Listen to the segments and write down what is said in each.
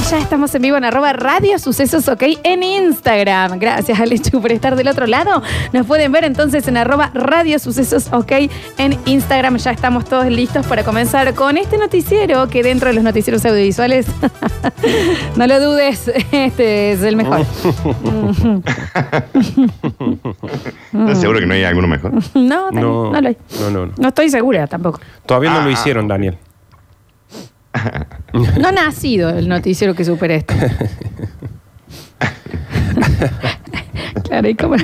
Y ya estamos en vivo en arroba radio sucesos ok en Instagram. Gracias Alechu por estar del otro lado. Nos pueden ver entonces en arroba radio sucesos ok en Instagram. Ya estamos todos listos para comenzar con este noticiero que dentro de los noticieros audiovisuales, no lo dudes, este es el mejor. ¿Estás seguro que no hay alguno mejor? No, Dani, no, No, lo hay. no, no, no. No estoy segura tampoco. Todavía no lo Ah. hicieron, Daniel. No ha nacido el noticiero que supere esto. claro, y como...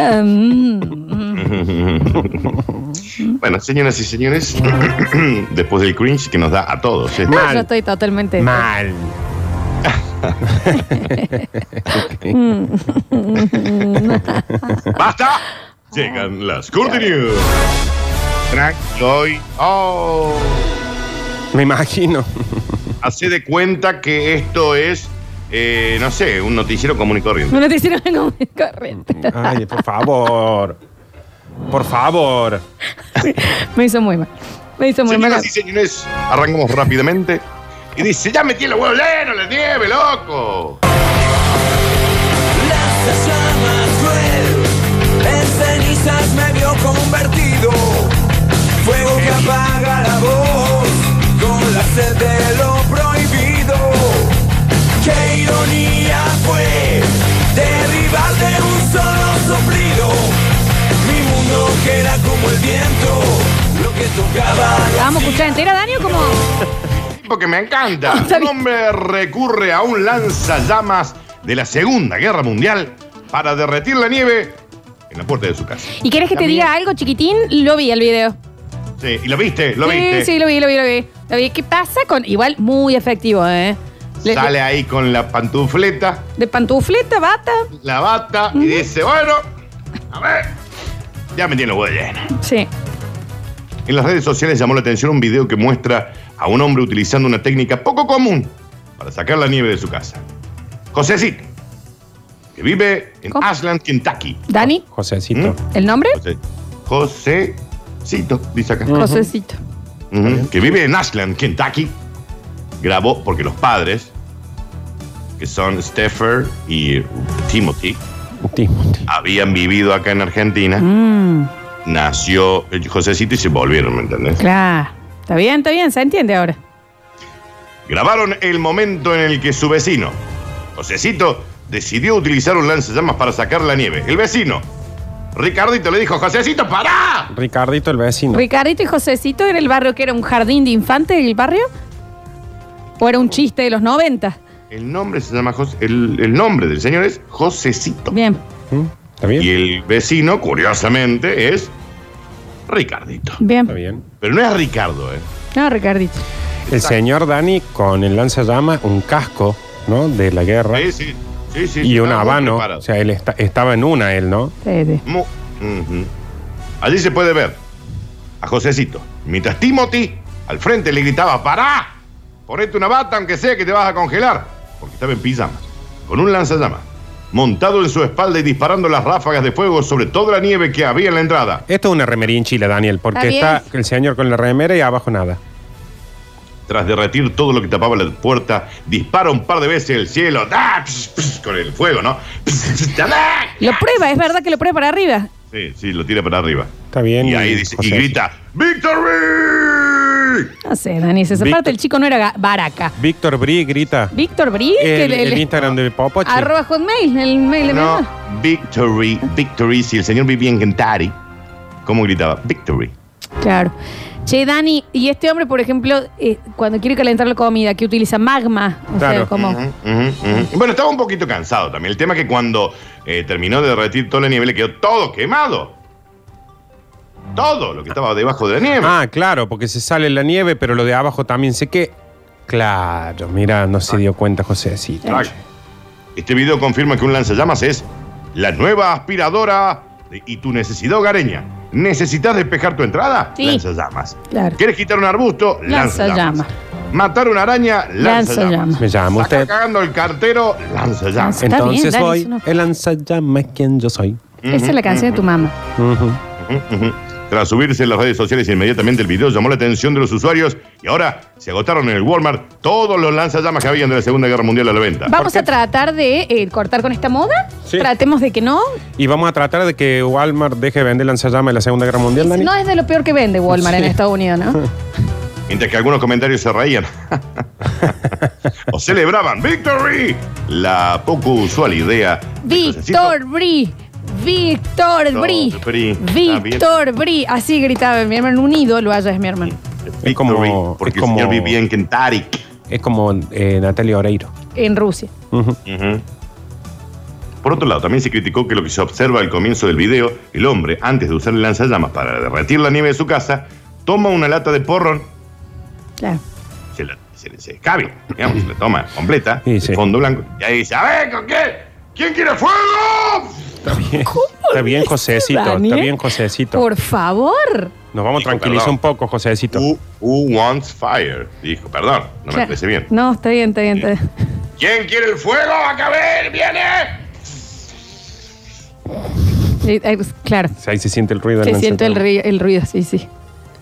Mm, bueno, señoras y señores, después del cringe que nos da a todos. ¿eh? no, yo estoy totalmente... Mal. ¡Basta! Llegan las Curti News. Tranqui. Oh. Me imagino. Hacé de cuenta que esto es, eh, no sé, un noticiero común y corriente. Un noticiero como de corriente. Ay, por favor. Por favor. Me hizo muy mal. Me hizo muy mal. Señoras y señores, arrancamos rápidamente. Y dice, ya metí el huevo lleno, la nieve, loco. Las llamas cruel, en cenizas me vio convertido. Fuego que apaga la voz, con la sed de lo prohibido. Qué ironía fue derribar de un solo soplido. Mi mundo que era como el viento, lo que tocaba. ¿La vamos a escuchar entera, Dani, o como...? Porque me encanta. Está Un bien. hombre recurre a un lanzallamas de la Segunda Guerra Mundial para derretir la nieve en la puerta de su casa. ¿Y querés que te diga algo chiquitín? Lo vi el video. Sí, y lo viste, lo sí, viste. sí, lo vi, lo vi, lo vi. Lo vi. ¿Qué pasa con...? Igual muy efectivo, ¿eh? Le- Sale ahí con la pantufleta, De pantufleta, bata. la bata y dice, bueno, a ver, ya me tiene los huevos llenos. Sí. En las redes sociales llamó la atención un video que muestra a un hombre utilizando una técnica poco común para sacar la nieve de su casa. Josecito, que vive en ¿Cómo? Ashland, Kentucky. Dani, Josecito. ¿Mm? ¿el nombre? José- Josecito, dice acá. Ah, Josecito. Ujú, Que vive en Ashland, Kentucky. Grabó porque los padres, que son Stephen y Timothy, Timothy. habían vivido acá en Argentina. Mm, Nació el Josecito y se volvieron, ¿me entendés? claro. Está bien, está bien, se entiende ahora. Grabaron el momento en el que su vecino, Josecito, decidió utilizar un lanzallamas para sacar la nieve. El vecino, Ricardito, le dijo, Josecito, pará. Ricardito el vecino. Ricardito y Josecito era el barrio que era un jardín de infantes del barrio. ¿O era un chiste de los 90? El nombre se llama José, el, el nombre del señor es Josecito. Bien. ¿Mm? ¿Está bien? Y el vecino, curiosamente, es Ricardito. Está Bien. bien. Pero no es Ricardo, ¿eh? No, Ricardito. El señor Dani con el lanzallamas, un casco, ¿no? De la guerra. Sí, sí, sí, sí, Y un estaba muy habano. preparado. O sea, él esta- estaba en una, él, ¿no? Sí, sí. Mu- ujú. Allí se puede ver a Josecito. Mientras Timothy al frente le gritaba, ¡pará! Ponete una bata, aunque sea que te vas a congelar. Porque estaba en pijama, con un lanzallamas, montado en su espalda y disparando las ráfagas de fuego sobre toda la nieve que había en la entrada. Esto es una remería en Chile, Daniel, porque Está está, bien. el señor con la remera y abajo nada. Tras derretir todo lo que tapaba la puerta, dispara un par de veces el cielo, ¡Ah! Pss, pss, con el fuego, ¿no? Pss, pss, ¡ah! Lo prueba, es verdad que lo prueba para arriba. Sí, sí, lo tira para arriba. Está bien. Y ahí dice, y José. grita, ¡Victory! No sé, Dani, esa Víctor- parte el chico no era ga- baraca. Víctor Bri grita. Víctor Brie, que El, le- el le- Instagram del Popoche. arroba hotmail, el mail de mi No, mamá. victory, victory. Si el señor vivía en Kentucky, ¿cómo gritaba? Victory. Claro. Che, Dani, y este hombre, por ejemplo, eh, cuando quiere calentar la comida, que utiliza magma, o sea, Claro. como... Ujú, ujú, ujú. Mm, Bueno, estaba un poquito cansado también. El tema es que cuando eh, terminó de derretir toda la nieve, le quedó todo quemado. Todo lo que estaba debajo de la nieve. Ah, claro, porque se sale la nieve, pero lo de abajo también se que. Claro, mira, no se dio cuenta José. Claro. Este video confirma que un lanzallamas es la nueva aspiradora de- y tu necesidad hogareña. ¿Necesitas despejar tu entrada? Sí. Lanzallamas. Claro. ¿Quieres quitar un arbusto? Lanzallamas. Matar una araña, lanzallamas. Lanzallamas. Me llama Sacar usted. cagando el cartero, lanzallamas. Está bien, Entonces dale, voy, es una- el lanzallamas quien yo soy. Esa es la canción de tu mamá. Ujú. Ujú. Tras subirse en las redes sociales inmediatamente el video llamó la atención de los usuarios y ahora se agotaron en el Walmart todos los lanzallamas que habían de la Segunda Guerra Mundial a la venta. Vamos a tratar de eh, cortar con esta moda. Sí. Tratemos de que no. Y vamos a tratar de que Walmart deje de vender lanzallamas en la Segunda Guerra Mundial, Dani. No es de lo peor que vende Walmart en Sí. Estados Unidos, ¿no? Mientras que algunos comentarios se reían o celebraban Victory, la poco usual idea. de Víctor Bri. Víctor Bri. Bri. Víctor Bri. Así gritaba mi hermano. Un ídolo allá es mi hermano. Victory, Es como- porque es como- el señor vivía en Kentucky. Es como eh, Natalia Oreiro. En Rusia. Ujú. Ujú. Por otro lado, también se criticó que lo que se observa al comienzo del video, el hombre, antes de usar el lanzallamas para derretir la nieve de su casa, toma una lata de porro, Claro. se la se, le- se escabe, digamos, se la toma completa, Sí, de sí. fondo blanco, y ahí dice, a ver, ¿con qué? ¿Quién quiere fuego? Está bien, Josecito. Está Daniel? bien, Josecito. Por favor. Nos vamos a Hijo, tranquilizar perdón. un poco, Josecito. Uh. Who, who wants fire? Dijo, perdón, no me Claro. parece bien. No, está bien, está bien, está bien. ¿Quién quiere el fuego? Acá a ver, viene. Eh, eh, pues, Claro. Ahí se siente el ruido. del Se siente el ruido, lanzallamas. el ruido, sí, sí.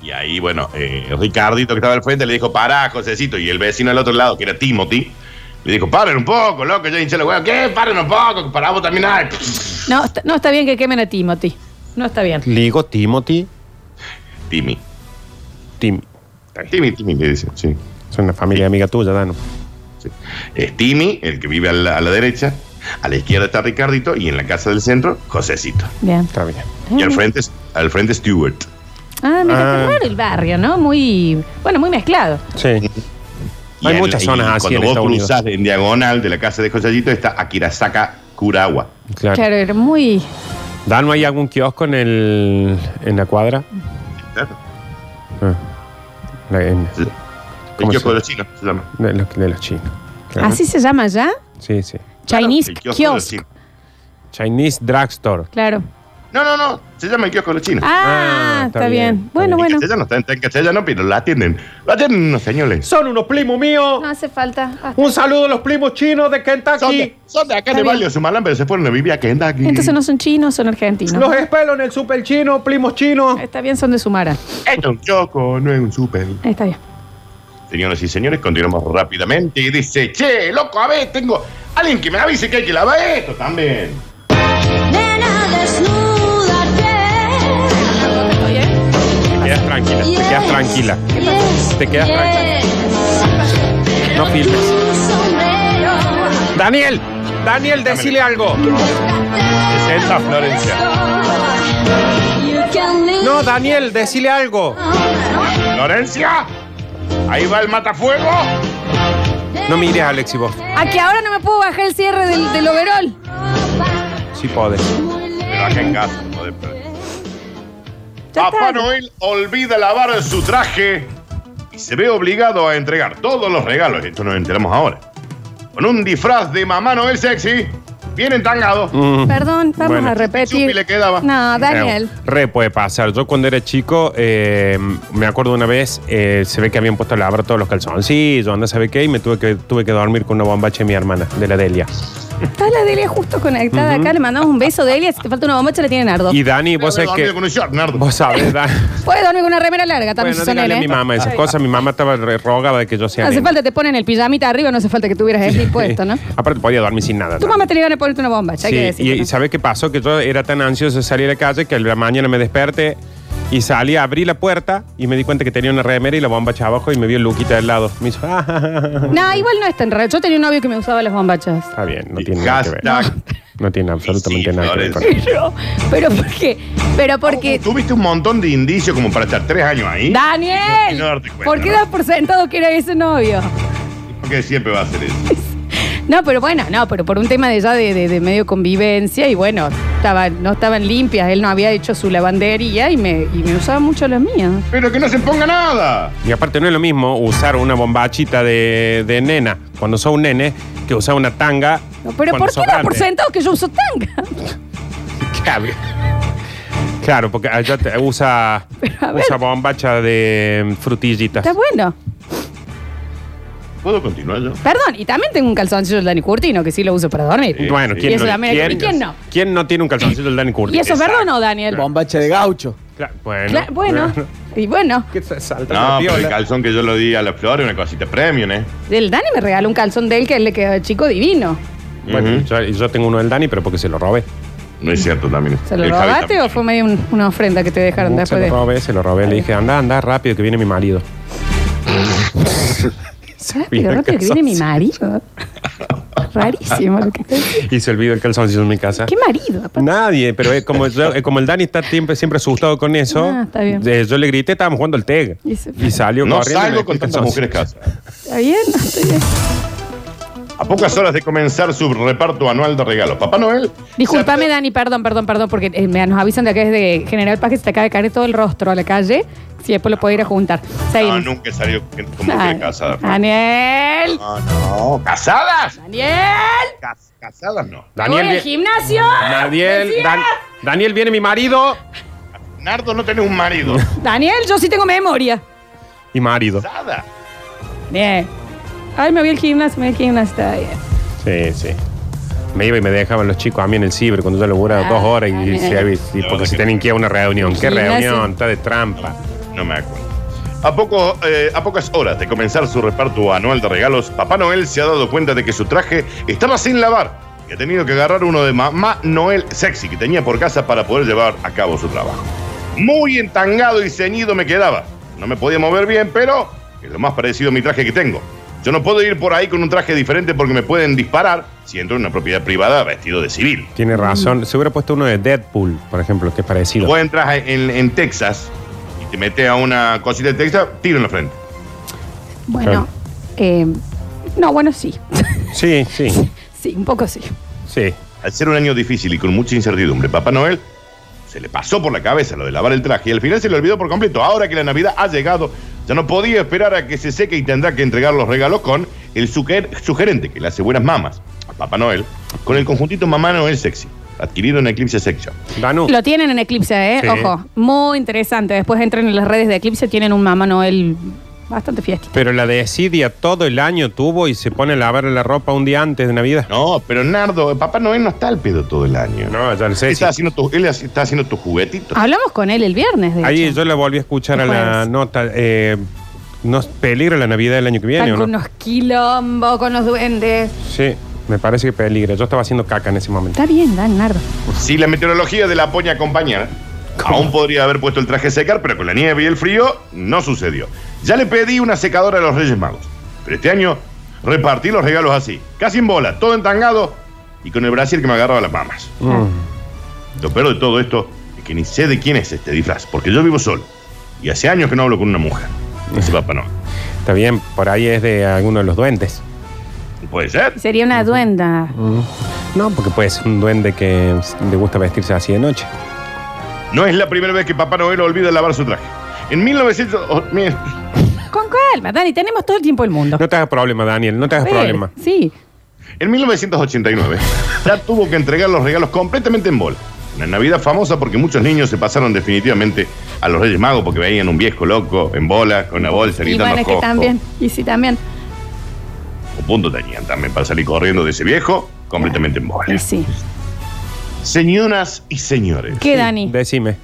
Y ahí, bueno, eh, Ricardito que estaba al frente le dijo, pará, Josecito. Y el vecino al otro lado, que era Timothy, le dijo, paren un poco, loco, ya hinché la hueá. ¿Qué? Paren un poco, que paramos también. ay". No, está- no está bien que quemen a Timothy. No está bien. Ligo, Timothy, Timmy. Tim. Timmy, Timmy, le dice, sí. Son una familia amiga tuya, Dano. sí. Es Timmy, el que vive a la, a la derecha. A la izquierda está Ricardito y en la casa del centro, Josecito. Bien. Está bien. Y al frente, al frente Stewart. Ah, mira, qué Ah. raro el barrio, ¿no? Muy, bueno, muy mezclado. Sí. Y Hay en- muchas y zonas así Cuando en vos Estados Unidos. cruzás en diagonal de la casa de Josecito está Akirasaka Kurawa. Claro. Claro, era muy... Dano, ¿hay algún kiosco en el en la cuadra? Ah. La- en- El ¿Cómo kiosco se- de los chinos se llama. de, los, de los chinos. Claro. ¿Así se llama ya? Sí, sí. Chinese El kiosco de los kiosk. chinos. Chinese Drugstore. Claro. No, no, no. Se llama el kiosco de los chinos. Ah, Ah, está, está bien. bien, Bueno, En bueno. castellano, está en, está en castellano, pero la atienden. La atienden unos señores. Son unos primos míos. No hace falta. Ah. Un saludo a los primos chinos de Son Kentucky. de, son de Está acá de bien. Valle de Sumalán, pero se fueron a vivir a Kentucky. Entonces no son chinos, son argentinos. espero en el super chino, primos chinos. Está bien, son de Sumara. Esto es un kiosco, no es un súper. Está bien. Señoras y señores, continuamos rápidamente. Y dice, che, loco, a ver, tengo alguien que me avise que hay que lavar esto también. Nena, desnúdate. ¿eh? Te quedas tranquila, te quedas tranquila. Yes, Te quedas tranquila. No filmes. Tu sombrero. Daniel, Daniel, decile algo. Presenta Florencia. You can leave. No, Daniel, decile algo. ¡Florencia! ¡Ahí va el matafuego! No mires, Alexi, vos. Aquí ahora no me puedo bajar el cierre del, del overall. Sí podés. Pero acá en casa, joder, pero- Ya Papá está. Noel olvida lavar su traje y se ve obligado a entregar todos los regalos. Esto nos enteramos ahora. Con un disfraz de mamá Noel sexy, bien entangado. Mm, Perdón, vamos Bueno. a repetir. Chupi le quedaba. No, Daniel. Re puede pasar. Yo cuando era chico, eh, me acuerdo una vez, eh, se ve que habían puesto a lavar todos los calzoncillos, anda, sabe qué, y me tuve que, tuve que dormir con una bombacha de mi hermana, de la Delia. Está la Delia justo conectada acá. Le mandamos un beso, Delia. Si te falta una bombacha, la tiene Nardo. Y Dani, vos Debe haber sabés dormido que. con un short, Nardo. Vos sabés, Dani. Puedes dormir con una remera larga también, Bueno, si son dígale a nene, mi ¿eh? mamá esas Sí. cosas. Mi mamá estaba re- rogaba de que yo No sea hace nene. falta te ponen el pijamita arriba, no hace falta que tuvieras el slip puesto, ¿no? Aparte podía dormir sin nada. Tu ¿no? mamá te le iban a ponerte una bomba, ya hay que Sí, decirlo, y, ¿no? y ¿sabes qué pasó? Que yo era tan ansioso de salir a la calle que a la mañana me desperté y salí, abrí la puerta y me di cuenta que tenía una remera y la bombacha abajo y me vio Luquita del lado. Me hizo, "Ah, ja, ja, ja". No, igual no es tan raro. Yo tenía un novio que me usaba las bombachas. Está bien, no tiene nada que ver. Hashtag. No tiene absolutamente Sí, nada que ver con Florencia. Pero, pero ¿por qué? Pero porque. Tuviste un montón de indicios como para estar tres años ahí. Y no ¡Daniel! darte cuenta, ¿Por qué ¿no? das por sentado que era ese novio? Porque siempre va a ser eso. No, pero bueno, no, pero por un tema de ya de, de- de medio convivencia y bueno, estaba, no estaban limpias, él no había hecho su lavandería y me, y me usaba mucho las mías. Pero que no se ponga nada. Y aparte no es lo mismo usar una bombachita de, de nena cuando sos un nene que usar una tanga No, pero Cuando ¿por qué sos da por grande. sentado que yo uso tanga? Claro. Claro, porque allá te- usa, Pero a ver. usa bombacha de mm, frutillitas. Está bueno. ¿Puedo continuar yo? Perdón, y también tengo un calzoncillo del Dani Curtino que sí lo uso para dormir. Sí. Bueno, Y ¿quién, eso no, también hay- ¿y quién no? ¿Quién no tiene un calzoncillo del Danny Curtis? ¿Y eso es verdad o no, Daniel? Bombacha de gaucho. Cla- bueno. Cla- bueno, y bueno. ¿Qué se salta? No, la pero el piola? calzón que yo lo di a la flor es una cosita premium, ¿eh? El Dani me regaló un calzón de él que le quedó de chico divino. Bueno, Ujú. yo, yo tengo uno del Dani, pero porque se lo robé. No es cierto también. ¿Se lo El Javi robaste también. Uh, o fue medio un- una ofrenda que te dejaron se después lo de.? robé, se lo robé. Le dije, anda, anda, rápido, que viene mi marido. Se olvidó Rápido, el rápido, que viene mi calzoncillo. marido. Rarísimo lo que te digo. Y se olvidó el calzoncillo en mi casa. ¿Qué marido? aparte? Nadie, pero es como, yo- eh, como el Dani está siempre, siempre asustado con eso, Ah, está bien. eh, yo le grité, estábamos jugando el TEG. Y se- Y salió No corriendo. y me salgo dejó con el tantas calzoncillo. mujeres casadas. ¿Está bien? ¿No está bien? A pocas horas de comenzar su reparto anual de regalos, Papá Noel. Disculpame, Dani, perdón, perdón, perdón, porque eh, me, nos avisan de acá desde General Paz que se te acaba de caer todo el rostro a la calle. Si después lo puedo ir a juntar. No, Seguimos. Ah, nunca he salido con con Ah, mujeres casadas. Daniel, No, Ah, no. ¿Casadas? Daniel, Cas- casadas no. Daniel, Daniel, el vi- gimnasio. Daniel, Decía. Dan- Daniel viene mi marido. Nardo no tiene un marido. Daniel, yo sí tengo memoria. Y marido. Casada. Bien. Ay, me voy al gimnasio, me voy al gimnasio. Está bien. Sí, sí. Me iba y me dejaban los chicos a mí en el ciber cuando yo laburaba Ah, dos horas y, y bien. se- y- y porque se tenían que ir a una reunión. ¿Qué Sí, reunión? gracias. Está de trampa. No me acuerdo. A, poco, eh, a pocas horas de comenzar su reparto anual de regalos, Papá Noel se ha dado cuenta de que su traje estaba sin lavar y ha tenido que agarrar uno de Mamá Noel sexy que tenía por casa para poder llevar a cabo su trabajo. Muy entangado y ceñido me quedaba. No me podía mover bien, pero es lo más parecido a mi traje que tengo. Yo no puedo ir por ahí con un traje diferente porque me pueden disparar si entro en una propiedad privada vestido de civil. Tiene razón. Se hubiera puesto uno de Deadpool, por ejemplo, que es parecido. Vos entras en, en Texas y te metes a una cosita de Texas, tiro en la frente. Bueno, eh, no, bueno, sí. Sí, sí, Sí, un poco sí. sí. Al ser un año difícil y con mucha incertidumbre, Papá Noel se le pasó por la cabeza lo de lavar el traje y al final se le olvidó por completo. Ahora que la Navidad ha llegado, ya no podía esperar a que se seque y tendrá que entregar los regalos con el suger- sugerente que le hace buenas mamas a Papá Noel con el conjuntito Mamá Noel Sexy, adquirido en Eclipse Section. Danu. Lo tienen en Eclipse, ¿eh? Sí. Ojo, muy interesante. Después entran en las redes de Eclipse, tienen un Mamá Noel bastante fiesta. Pero la desidia todo el año tuvo y se pone a lavar la ropa un día antes de Navidad. No, pero Nardo, Papá Noel no está al pedo todo el año. No, ya lo sé. sí. Está haciendo tu- él está haciendo tus juguetitos. Hablamos con él el viernes, de Ahí hecho. yo la volví a escuchar a la Jueves. nota. Eh, ¿Nos peligra la Navidad del año que viene Están o con no? unos quilombos, con los duendes. Sí, me parece que peligra. Yo estaba haciendo caca en ese momento. Está bien, Dan Nardo. Si la meteorología de la poña acompañara, aún podría haber puesto el traje a secar, pero con la nieve y el frío no sucedió. Ya le pedí una secadora a los Reyes Magos, pero este año repartí los regalos así, casi en bola, todo entangado y con el Brasil que me agarraba las mamas. Mm. Lo peor de todo esto es que ni sé de quién es este disfraz, porque yo vivo solo y hace años que no hablo con una mujer. Ese papá no. Está bien, por ahí es de alguno de los duendes. Puede ser. Sería una duenda. No, porque puede ser un duende que le gusta vestirse así de noche. No es la primera vez que Papá Noel olvida lavar su traje. En 1900... oh, mira, Con calma, Dani, tenemos todo el tiempo del mundo. No te hagas problema, Daniel, no te hagas A ver, problema. Sí. En 1989, ya tuvo que entregar los regalos completamente en bola. Una Navidad famosa porque muchos niños se pasaron definitivamente a los Reyes Magos porque veían un viejo loco en bola, con una bolsa, Y gritando bueno, es que "Coco". este también. Y sí, también. O punto tenían también para salir corriendo de ese viejo completamente en bola. Y sí. Señoras y señores, ¿Qué, Dani? Decime.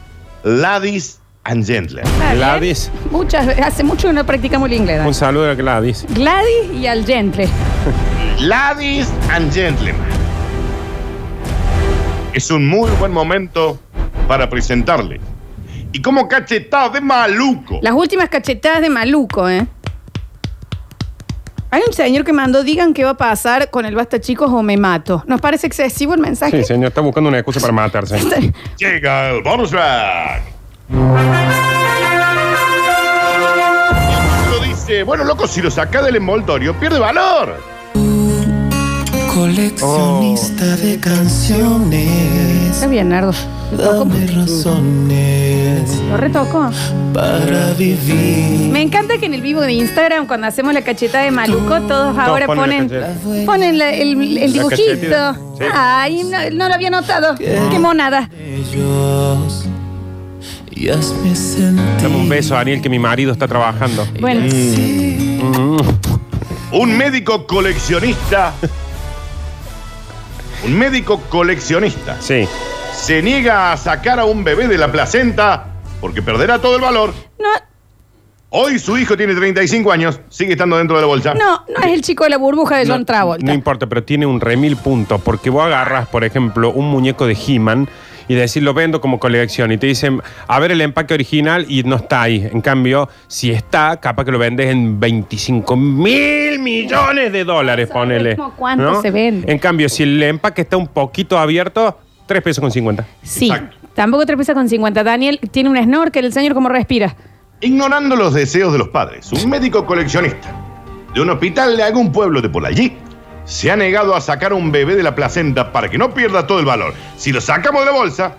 ladies and gentlemen, Está bien. Gladys. Muchas veces. Hace mucho que no practicamos el inglés, Dani. Un saludo a Gladys. Gladys y al Gentle. ladies and gentlemen, es un muy buen momento para presentarle. Y como cachetada de maluco. Las últimas cachetadas de Maluco, ¿eh? Hay un señor que mandó, digan qué va a pasar con el basta chicos o me mato. ¿Nos parece excesivo el mensaje? Sí, señor, está buscando una excusa para matarse. Llega el bonus track. Lo dice, bueno, loco, si lo saca del envoltorio, pierde valor. Coleccionista de canciones, Está bien, Nardo. Lo dame razones retocó. para vivir. Me encanta que en el vivo de Instagram, cuando hacemos la cachetada de Maluco, todos ahora ponen ponen, la ponen, la- el, el La dibujito. cachetita, sí. Ay, no, no lo había notado. Qué monada. Ellos y hazme sentir. Dame un beso, Daniel, que mi marido está trabajando. Bueno, Mm. Un médico coleccionista. Un médico coleccionista Sí. se niega a sacar a un bebé de la placenta porque perderá todo el valor. no, Hoy su hijo tiene 35 años, sigue estando dentro de la bolsa. no, no es el chico de la burbuja de John no, Travolta. No importa, pero tiene un remil punto. Porque vos agarras, por ejemplo, un muñeco de He-Man y decís, lo vendo como colección. Y te dicen, a ver el empaque original y no está ahí. En cambio, si está, capaz que lo vendes en 25 mil millones de dólares, Sabemos ponele. cuánto se vende. En cambio, si el empaque está un poquito abierto, 3 pesos con 50. sí, Exacto. tampoco tres pesos con 50. Daniel tiene un snorkel, el señor como respira. Ignorando los deseos de los padres, un médico coleccionista de un hospital de algún pueblo de por allí se ha negado a sacar un bebé de la placenta para que no pierda todo el valor. Si lo sacamos de la bolsa,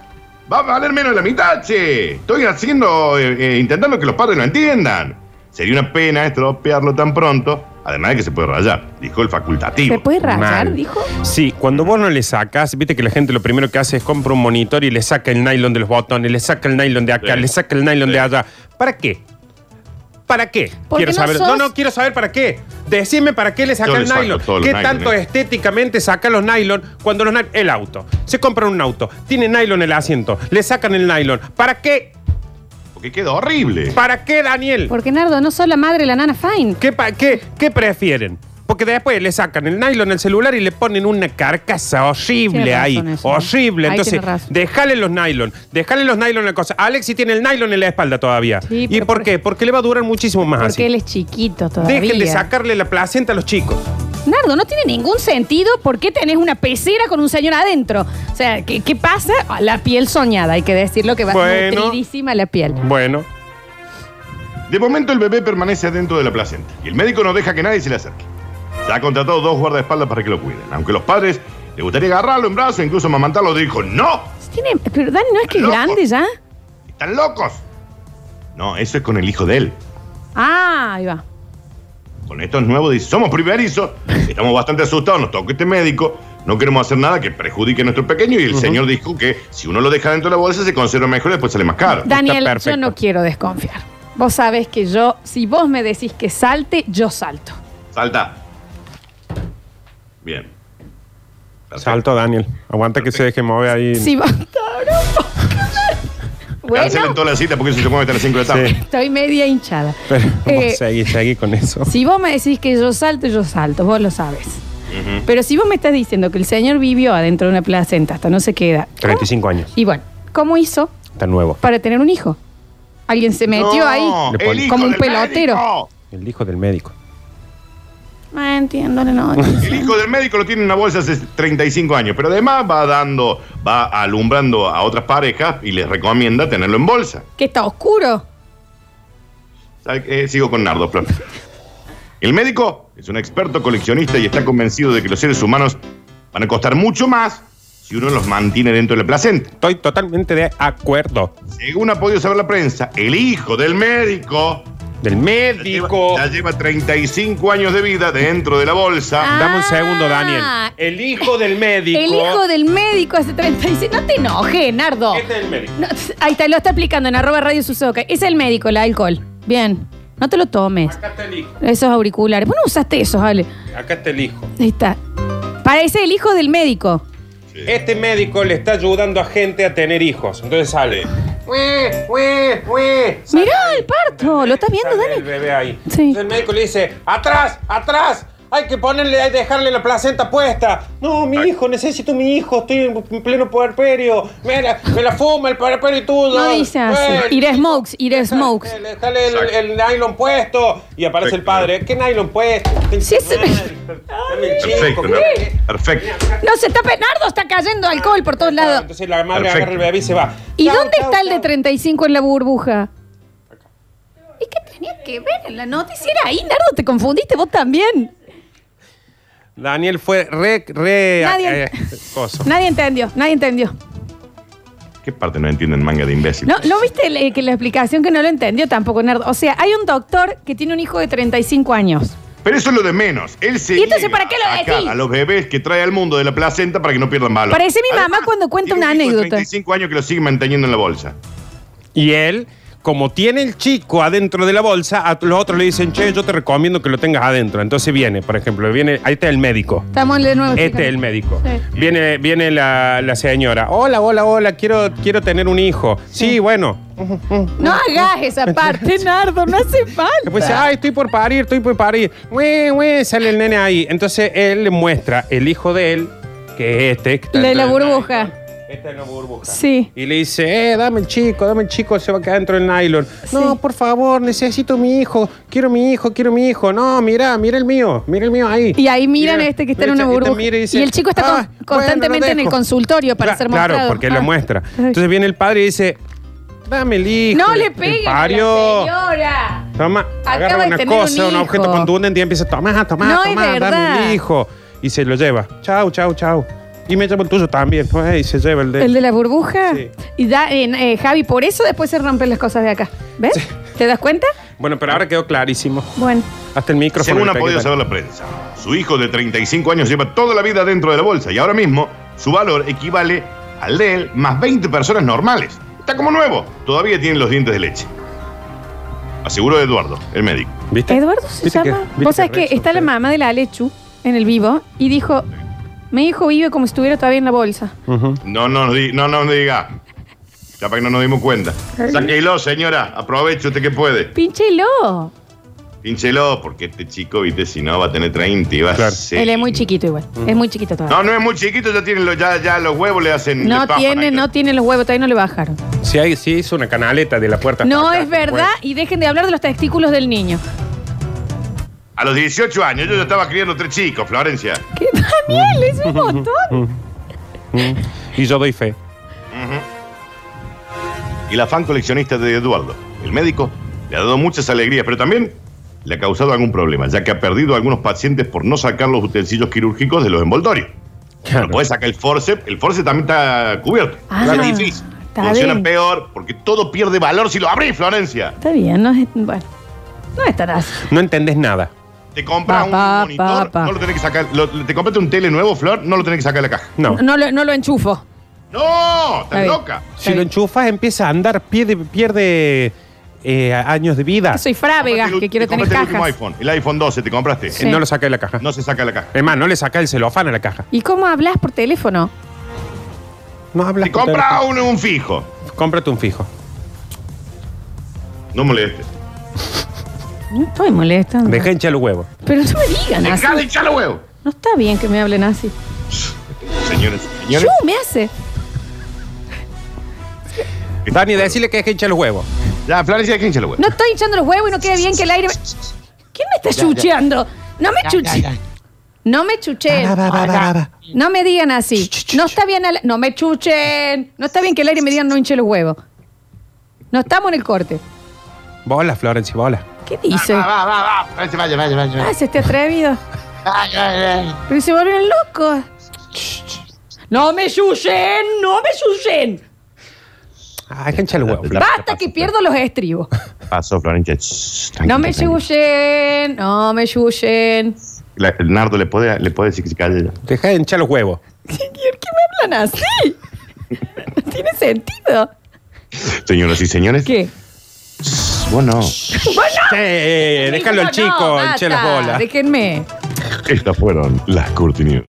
va a valer menos de la mitad, che. Estoy haciendo, eh, eh, intentando que los padres lo entiendan. Sería una pena estropearlo tan pronto, además de que se puede rayar, dijo el facultativo. ¿Se puede rayar, Mal. dijo? Sí, cuando vos no le sacas, viste que la gente lo primero que hace es compra un monitor y le saca el nylon de los botones, le saca el nylon de acá, Sí. le saca el nylon Sí. de allá. ¿Para qué? ¿Para qué? Porque quiero no saber. sos- No, no, quiero saber para qué. Decime para qué le saca Yo le el saco nylon. todos los ¿Qué nylon, tanto eh. estéticamente saca los nylon cuando los nylon. El auto. Se compra un auto. Tiene nylon el asiento. Le sacan el nylon. ¿Para qué? Porque queda horrible. ¿Para qué, Daniel? Porque Nardo no sos la madre de la nana Fine. ¿Qué, pa- qué, qué prefieren? Porque después le sacan el nylon el celular y le ponen una carcasa horrible Tiene ahí. razón eso, ¿no? horrible. Ahí Entonces, tiene razón. déjale los nylon. Déjale los nylon la cosa. Alexi tiene el nylon en la espalda todavía. Sí, ¿Y pero por por- qué? Porque le va a durar muchísimo más Porque él es así. chiquito todavía. Dejen de sacarle la placenta a los chicos. Nardo, no tiene ningún sentido por qué tenés una pecera con un señor adentro. O sea, ¿qué, qué pasa? Ah, La piel soñada, hay que decirlo que va Bueno. nutridísima la piel. Bueno, De momento el bebé permanece adentro de la placenta y el médico no deja que nadie se le acerque. Se ha contratado dos guardaespaldas para que lo cuiden. Aunque los padres le gustaría agarrarlo en brazos e incluso amamantarlo, dijo, no, Tiene, pero Dani, ¿no es que es Loco. grande ya? están locos. No, eso es con el hijo de él. Ah, ahí va. Con estos nuevos dice, somos primerizos, estamos bastante asustados, nos toca este médico, no queremos hacer nada que perjudique a nuestro pequeño y el señor dijo que si uno lo deja dentro de la bolsa se conserva mejor y después sale más caro. Daniel, yo perfecto. no quiero desconfiar. Vos sabés que yo, si vos me decís que salte, yo salto. Salta. Bien. salto Daniel. Aguanta que se deje mover ahí. Si vos... Cancelen Bueno, toda la cita porque eso se mueve hasta las 5 de la tarde. Sí. estoy media hinchada. Pero Eh, vos seguí, seguí con eso. Si vos me decís que yo salto, yo salto, vos lo sabes. Pero si vos me estás diciendo que el señor vivió adentro de una placenta hasta no sé qué edad. ¿cómo- 35 años. Y bueno, ¿cómo hizo Está nuevo. para tener un hijo? Alguien se metió No, ahí el Le ponen- hijo como un del pelotero. médico. El hijo del médico. Ah, entiendo, no. El hijo del médico lo tiene en una bolsa hace 35 años, pero además va dando, va alumbrando a otras parejas y les recomienda tenerlo en bolsa. que está oscuro. ¿Sabe qué? Eh, sigo con Nardo, Flor. El médico es un experto coleccionista y está convencido de que los seres humanos van a costar mucho más si uno los mantiene dentro de la placenta. Estoy totalmente de acuerdo. Según ha podido saber la prensa, el hijo del médico Del ya médico. lleva, ya lleva 35 años de vida dentro de la bolsa. Ah. Dame un segundo, Ah. Daniel. El hijo del médico. El hijo del médico hace 36. No te enojes, Nardo. Este es el médico. No, ahí está, lo está aplicando en arroba radio Susoca. Es el médico, el alcohol. Bien. No te lo tomes. Acá está el hijo. Esos auriculares. Vos no usaste esos, Ale. Acá está el hijo. Ahí está. Parece el hijo del médico. Este médico le está ayudando a gente a tener hijos. Entonces sale. Mirá el parto. ¿Lo estás viendo, Sale El Dani? bebé ahí. Sí. Entonces el médico le dice, atrás, atrás. Hay que ponerle, hay que dejarle la placenta puesta. No, mi hijo, necesito mi hijo. Estoy en pleno puerperio. Mira, me la fuma el puerperio y todo. No dice así. Ir a Smokes, ir a Smokes. Dejale, dejale el, el nylon puesto. Y aparece el padre. ¿Qué nylon puesto? Sí, ese- Dame el Perfecto, chico. Nardo. Perfecto. No, se está pe- Nardo, está cayendo alcohol por todos lados. Entonces la madre Perfecto. agarra el bebé y se va. ¿Y Chau, dónde chau, está el de chau. 35 en la burbuja? ¿Y qué tenía que ver en la noticia? Era ahí, Nardo, te confundiste vos también. Daniel fue re. re Nadie- eh, coso. Nadie entendió, nadie entendió. ¿Qué parte no entienden manga de imbécil? No, ¿no viste el- eh, que la explicación que no lo entendió tampoco, Nerd? O sea, hay un doctor que tiene un hijo de 35 años. Pero eso es lo de menos. Él se ¿Y entonces niega para qué lo a sacar decís? A los bebés que trae al mundo de la placenta para que no pierdan valor. Parece mi mamá cuando cuenta tiene una un hijo de anécdota. 35 años que lo sigue manteniendo en la bolsa. Y él, como tiene el chico adentro de la bolsa, a los otros le dicen, che, yo te recomiendo que lo tengas adentro. Entonces viene, por ejemplo, viene, ahí está el médico. Estamos de nuevo. Este explicando. es el médico. Sí. Viene, viene la, la señora. Hola, hola, hola, quiero, quiero tener un hijo. Sí, bueno. No hagas esa parte, Nardo, no hace falta. Después dice, ay, estoy por parir, estoy por parir. Güey, güey, sale el nene ahí. Entonces él le muestra el hijo de él, que es este. que está La de la dentro del burbuja. nylon. Esta es la burbuja. Sí. Y le dice, eh, dame el chico, dame el chico, se va a quedar dentro del nylon. No, Sí. por favor, necesito mi hijo, quiero mi hijo, quiero mi hijo. No, mira, mira el mío, mira el mío ahí. Y ahí miran a este que está en una Este burbuja. mira Y el chico está con- "Ah, bueno, constantemente lo en el dejo". consultorio para ser mostrado. Claro, porque Ah. lo muestra. Ay. Entonces viene el padre y dice, dame el hijo. No el- le el peguen a la pario. señora. Toma, Acaba agarra de una tener cosa, un un, hijo. objeto contundente y empieza a tomar, tomar, No, es tomar, dame verdad. el hijo. Y se lo lleva. Chau, chau, chau. Y me llevo el tuyo también. Eh, Y se lleva el de. El de la burbuja. Sí. Y da, eh, eh, Javi, por eso después se rompen las cosas de acá. ¿Ves? ¿Te das cuenta? Bueno, pero ahora quedó clarísimo. Bueno. Hasta el micrófono. Según le ha pegué podido tal. saber la prensa, su hijo de 35 años lleva toda la vida dentro de la bolsa y ahora mismo su valor equivale al de él más 20 personas normales. Está como nuevo. Todavía tiene los dientes de leche. Aseguró Eduardo, el médico. ¿Viste? Eduardo se ¿Viste que- llama. viste Vos sabés que Renzo está la fue? mamá de la Alechu en el vivo y dijo: Mi hijo vive como si estuviera todavía en la bolsa. Ujú. No nos di- no, nos diga. Ya para que no nos dimos cuenta. Sáquelo, señora. Aproveche usted que puede. ¡Pínchelo! Pínchelo, porque este chico, viste, si no va a tener 30 y va a Claro. ser- Él es muy chiquito igual. Es muy chiquito todavía. No, no es muy chiquito, ya, tienen los- ya, ya los huevos le hacen. No, le papan tiene, ahí. no tiene los huevos, todavía no le bajaron. Sí, hay, sí, hizo una canaleta de la puerta. hasta No acá, es verdad y dejen de hablar de los testículos del niño. A los 18 años yo ya estaba criando tres chicos, Florencia. ¿Qué, Daniel? Es un montón. Y yo doy fe. Y la fan coleccionista de Eduardo, el médico, le ha dado muchas alegrías, pero también le ha causado algún problema, ya que ha perdido a algunos pacientes por no sacar los utensilios quirúrgicos de los envoltorios. Claro. No puedes sacar el forceps, el forceps también está cubierto. Ah, es difícil. está Funciona bien. peor porque todo pierde valor si lo abrís, Florencia. Está bien, no es. Bueno, no estarás. No entendés nada. Te compras Pa, un pa, monitor, pa, pa. no lo tenés que sacar. lo- te compraste un tele nuevo, Flor, no lo tenés que sacar de la caja. No. No, lo, no lo enchufo. ¡No! Está ¡Estás bien. loca! Si lo enchufas, empieza a andar, pierde, pierde eh, años de vida. Soy frávega, Comprate el- que quiero te tener compraste Ah. El cajas. último iPhone, el iPhone 12, ¿te compraste? Sí. Eh, No lo saca de la caja. No se saca de la caja. Es más, no le saca el celofán a la caja. ¿Y cómo hablas por teléfono? No hablas Te con compra un, un fijo. teléfono. Cómprate un fijo. No molestes. No estoy molesta. Deja hinchar los huevos. Pero no me digan así. Dejá de echar los huevos. No está bien que me hablen así. Señores, señores. ¡Yo me hace! Dani, decile que deje hinchar los huevos. Ya, Florencia, deja de hinchar los huevos. No estoy hinchando los huevos y no queda bien que el aire. ¿Quién me está chucheando? No me chuche. No me chuchen. No me digan así. No está bien. al- No me chuchen. No está bien que el aire me digan no hinche los huevos. No estamos en el corte. Bola, Florencia, bola. ¿Qué dice? Va, va, va, va. Vaya, vaya, vaya, vaya. Ah, se está atrevido. Vaya, vaya. Pero se vuelven locos. No me chuchen. No me chuchen. Ah, deja hinchar los huevos. Basta que pierdo los estribos. Pasó, Florencia. Shh, tranquila, No me tranquila. chuchen. No me chuchen. La- el Nardo, ¿le puede, le puede decir que se calle ya? Deja de hinchar los huevos. ¿Por qué me hablan así? No tiene sentido. Señoras y señores. ¿Qué? Bueno, Sí, Eh, déjalo al No, chico, basta, hinche las bolas. Déjenme. estas fueron las Curti News.